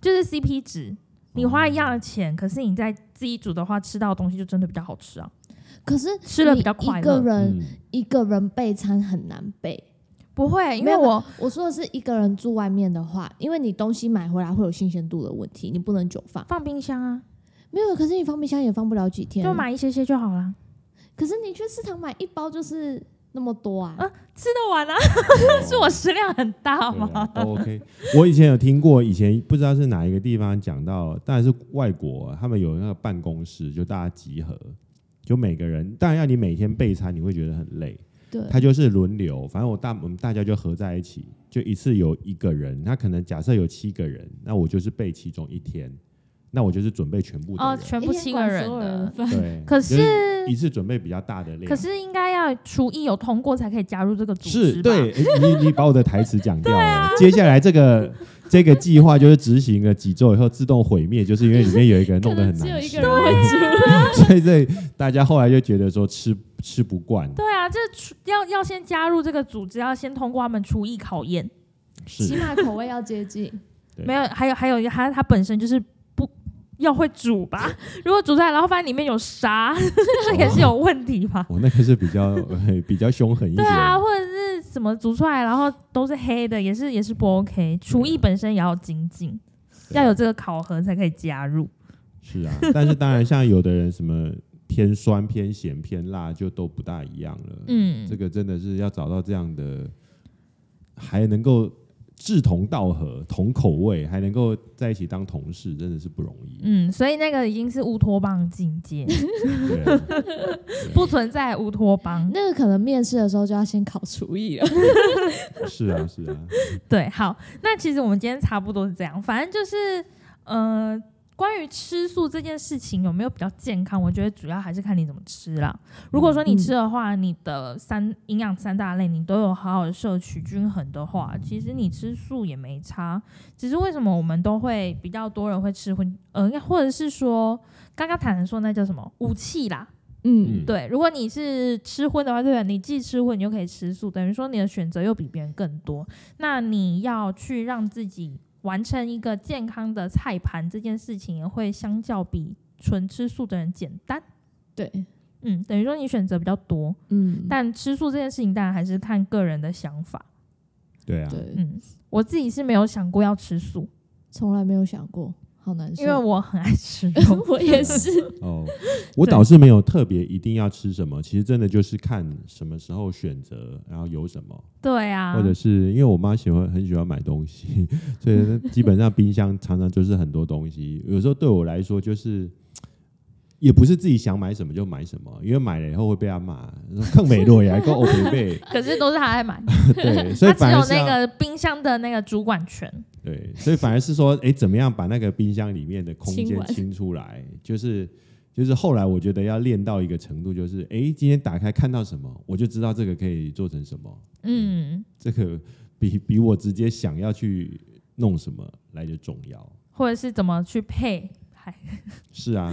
Speaker 1: 就是 CP 值。你花一样的钱，可是你在自己煮的话，吃到的东西就真的比较好吃啊。
Speaker 3: 可是
Speaker 1: 吃了
Speaker 3: 你
Speaker 1: 比较快
Speaker 3: 一个
Speaker 1: 乐
Speaker 3: 人、
Speaker 2: 嗯，
Speaker 3: 一个人备餐很难备。
Speaker 1: 不会，因
Speaker 3: 没
Speaker 1: 为
Speaker 3: 有
Speaker 1: 我
Speaker 3: 我说的是一个人住外面的话，因为你东西买回来会有新鲜度的问题，你不能久放。
Speaker 1: 放冰箱啊，
Speaker 3: 没有，可是你放冰箱也放不了几天。
Speaker 1: 就。买一些些就好啦，
Speaker 3: 可是你去市场买一包就是那么多啊。
Speaker 1: 啊吃得完啊。是我食量很大
Speaker 2: 对啊
Speaker 1: 吗？
Speaker 2: 都 OK。我以前有听过，以前不知道是哪一个地方讲到，当然是外国，他们有那个办公室，就大家集合，就每个人，当然要你每天备餐，你会觉得很累。
Speaker 3: 对，
Speaker 2: 他就是轮流，反正我大我们大家就合在一起，就一次有一个人，那可能假设有七个人，那我就是备其中一天，那我就是准备全部的人，
Speaker 1: 哦，全
Speaker 3: 一
Speaker 1: 部
Speaker 3: 天
Speaker 1: 七个
Speaker 3: 管
Speaker 1: 人
Speaker 3: 所有
Speaker 1: 的
Speaker 3: 的。饭
Speaker 2: 对，
Speaker 1: 可
Speaker 2: 就是一次啊准备比较大的量，
Speaker 1: 可是应该要厨艺有通过才可以加入这个组织
Speaker 2: 是
Speaker 1: 吧？啊
Speaker 2: 对，诶你你把我的台词 讲掉了。接下来这个这个计划就是执行了几周以后自动毁灭，就是因为里面有一个人弄得很
Speaker 3: 可能只有
Speaker 2: 难
Speaker 3: 一
Speaker 2: 吃
Speaker 3: 个，人会吃。
Speaker 1: 啊
Speaker 2: 所以这大家后来就觉得说吃吃不惯，
Speaker 1: 对啊，这厨要要先加入这个组织，要先通过他们厨艺考验。
Speaker 3: 起
Speaker 2: 是
Speaker 3: 码口味要接近。
Speaker 2: 对
Speaker 1: 没有，还有还有，它它本身就是不 要会煮吧？如果煮出来，然后发现里面有沙， 这也是有问题吧？
Speaker 2: 哦我那个是比较、 呃比较凶狠一
Speaker 1: 对
Speaker 2: 点，
Speaker 1: 啊，或者是什么煮出来，然后都是黑的，也是也是不 OK。厨艺本身也要精进，
Speaker 2: 对啊
Speaker 1: 要有这个考核才可以加入。
Speaker 2: 是啊， 但是当然，像有的人什么偏酸、偏咸、偏辣，就都不大一样了。
Speaker 1: 嗯
Speaker 2: 这个真的是要找到这样的，还能够志同道合、同口味，还能够在一起当同事，真的是不容易。
Speaker 1: 嗯，所以那个已经是乌托邦境 界，
Speaker 2: 对啊，
Speaker 1: 不存在乌托邦。
Speaker 3: 那个可能面试的时候就要先考厨艺 了。
Speaker 2: 是啊，是啊，
Speaker 1: 对，好，那其实我们今天差不多是这样，反正就是呃，关于吃素这件事情有没有比较健康，我觉得主要还是看你怎么吃啦。如果
Speaker 2: 嗯
Speaker 1: 说你吃的话，你的三营养三大类你都有好好的摄取均衡的话，其实你吃素也没差。只是为什么我们都会比较多人会吃荤，呃，应该或者是说刚刚坦坦说那叫什么武器啦，
Speaker 3: 嗯，
Speaker 2: 嗯
Speaker 1: 对，如果你是吃荤的话，对吧？你既吃荤，你又可以吃素，等于说你的选择又比别人更多。那你要去让自己完成一个健康的菜盘，这件事情也会相较比纯吃素的人简单。
Speaker 3: 对，
Speaker 1: 嗯，等于说你选择比较多，
Speaker 3: 嗯，
Speaker 1: 但吃素这件事情当然还是看个人的想法。
Speaker 2: 对啊，
Speaker 3: 对，
Speaker 1: 嗯，我自己是没有想过要吃素，
Speaker 3: 从来没有想过，好难受。
Speaker 1: 因为我很爱吃肉。
Speaker 3: 我也是，
Speaker 2: 哦，我倒是没有特别一定要吃什么，其实真的就是看什么时候选择，然后有什么。
Speaker 1: 对啊
Speaker 2: 或，者是因为我妈喜欢很喜欢买东西，所以呢基本上冰箱常常就是很多东西。有时候对我来说就是。也不是自己想买什么就买什么，因为买了以后会被她骂，说更美落呀，够欧北贝，
Speaker 1: 可是都是他在买，
Speaker 2: 对，所以
Speaker 1: 他只
Speaker 2: 反而
Speaker 1: 有
Speaker 2: 是
Speaker 1: 那
Speaker 2: 要
Speaker 1: 个冰箱的那个主管权。
Speaker 2: 对，所以反而是说，哎，怎么样把那个冰箱里面的空
Speaker 3: 清
Speaker 2: 间
Speaker 3: 完
Speaker 2: 清出来？就是就是后来我觉得要练到一个程度，就是哎、诶今天打开看到什么，我就知道这个可以做成什么。
Speaker 1: 嗯，
Speaker 2: 这个比比我直接想要去弄什么来的重要。
Speaker 1: 或者是怎么去配，
Speaker 2: 哎
Speaker 1: 还
Speaker 2: 是啊，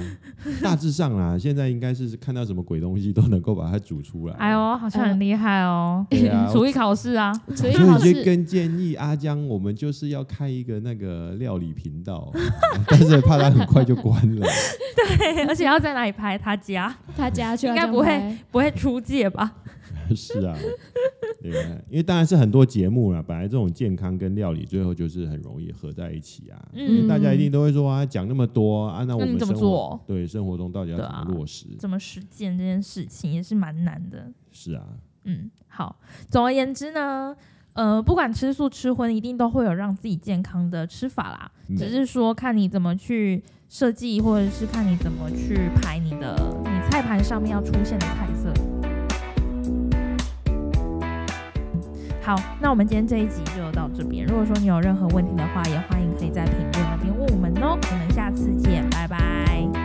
Speaker 2: 大致上啊，现在应该是看到什么鬼东西都能够把它煮出来。
Speaker 1: 哎，呦，好像很厉害哦
Speaker 2: 对 啊，
Speaker 1: 厨艺考试啊，
Speaker 3: 所
Speaker 2: 所
Speaker 3: 以
Speaker 2: 以
Speaker 3: 好
Speaker 2: 你就是跟建议阿江，我们就是要开一个那个料理频道， 但是怕他很快就关了。
Speaker 1: 对， 而且要在哪里拍？他家
Speaker 3: 他家去
Speaker 1: 应该不会不会出界吧？
Speaker 2: 是啊，对啊，因为当然是很多节目啦，本来这种健康跟料理最后就是很容易合在一起啊。因为
Speaker 1: 嗯，
Speaker 2: 大家一定都会说啊，讲那么多啊，那我
Speaker 1: 那你
Speaker 2: 们
Speaker 1: 怎
Speaker 2: 生
Speaker 1: 么
Speaker 2: 活
Speaker 1: 做？
Speaker 2: 对生活中到底要
Speaker 1: 对
Speaker 2: 怎
Speaker 1: 啊
Speaker 2: 么落实？
Speaker 1: 怎么实践这件事情也是蛮难的。
Speaker 2: 是啊，
Speaker 1: 嗯，好，总而言之呢，呃，不管吃素吃荤，一定都会有让自己健康的吃法啦，
Speaker 2: 嗯
Speaker 1: 只是说看你怎么去设计，或者是看你怎么去排你的你菜盘上面要出现的菜色。好，那我们今天这一集就到这边。如果说你有任何问题的话，也欢迎可以在评论那边问我们哦。我们下次见，拜拜。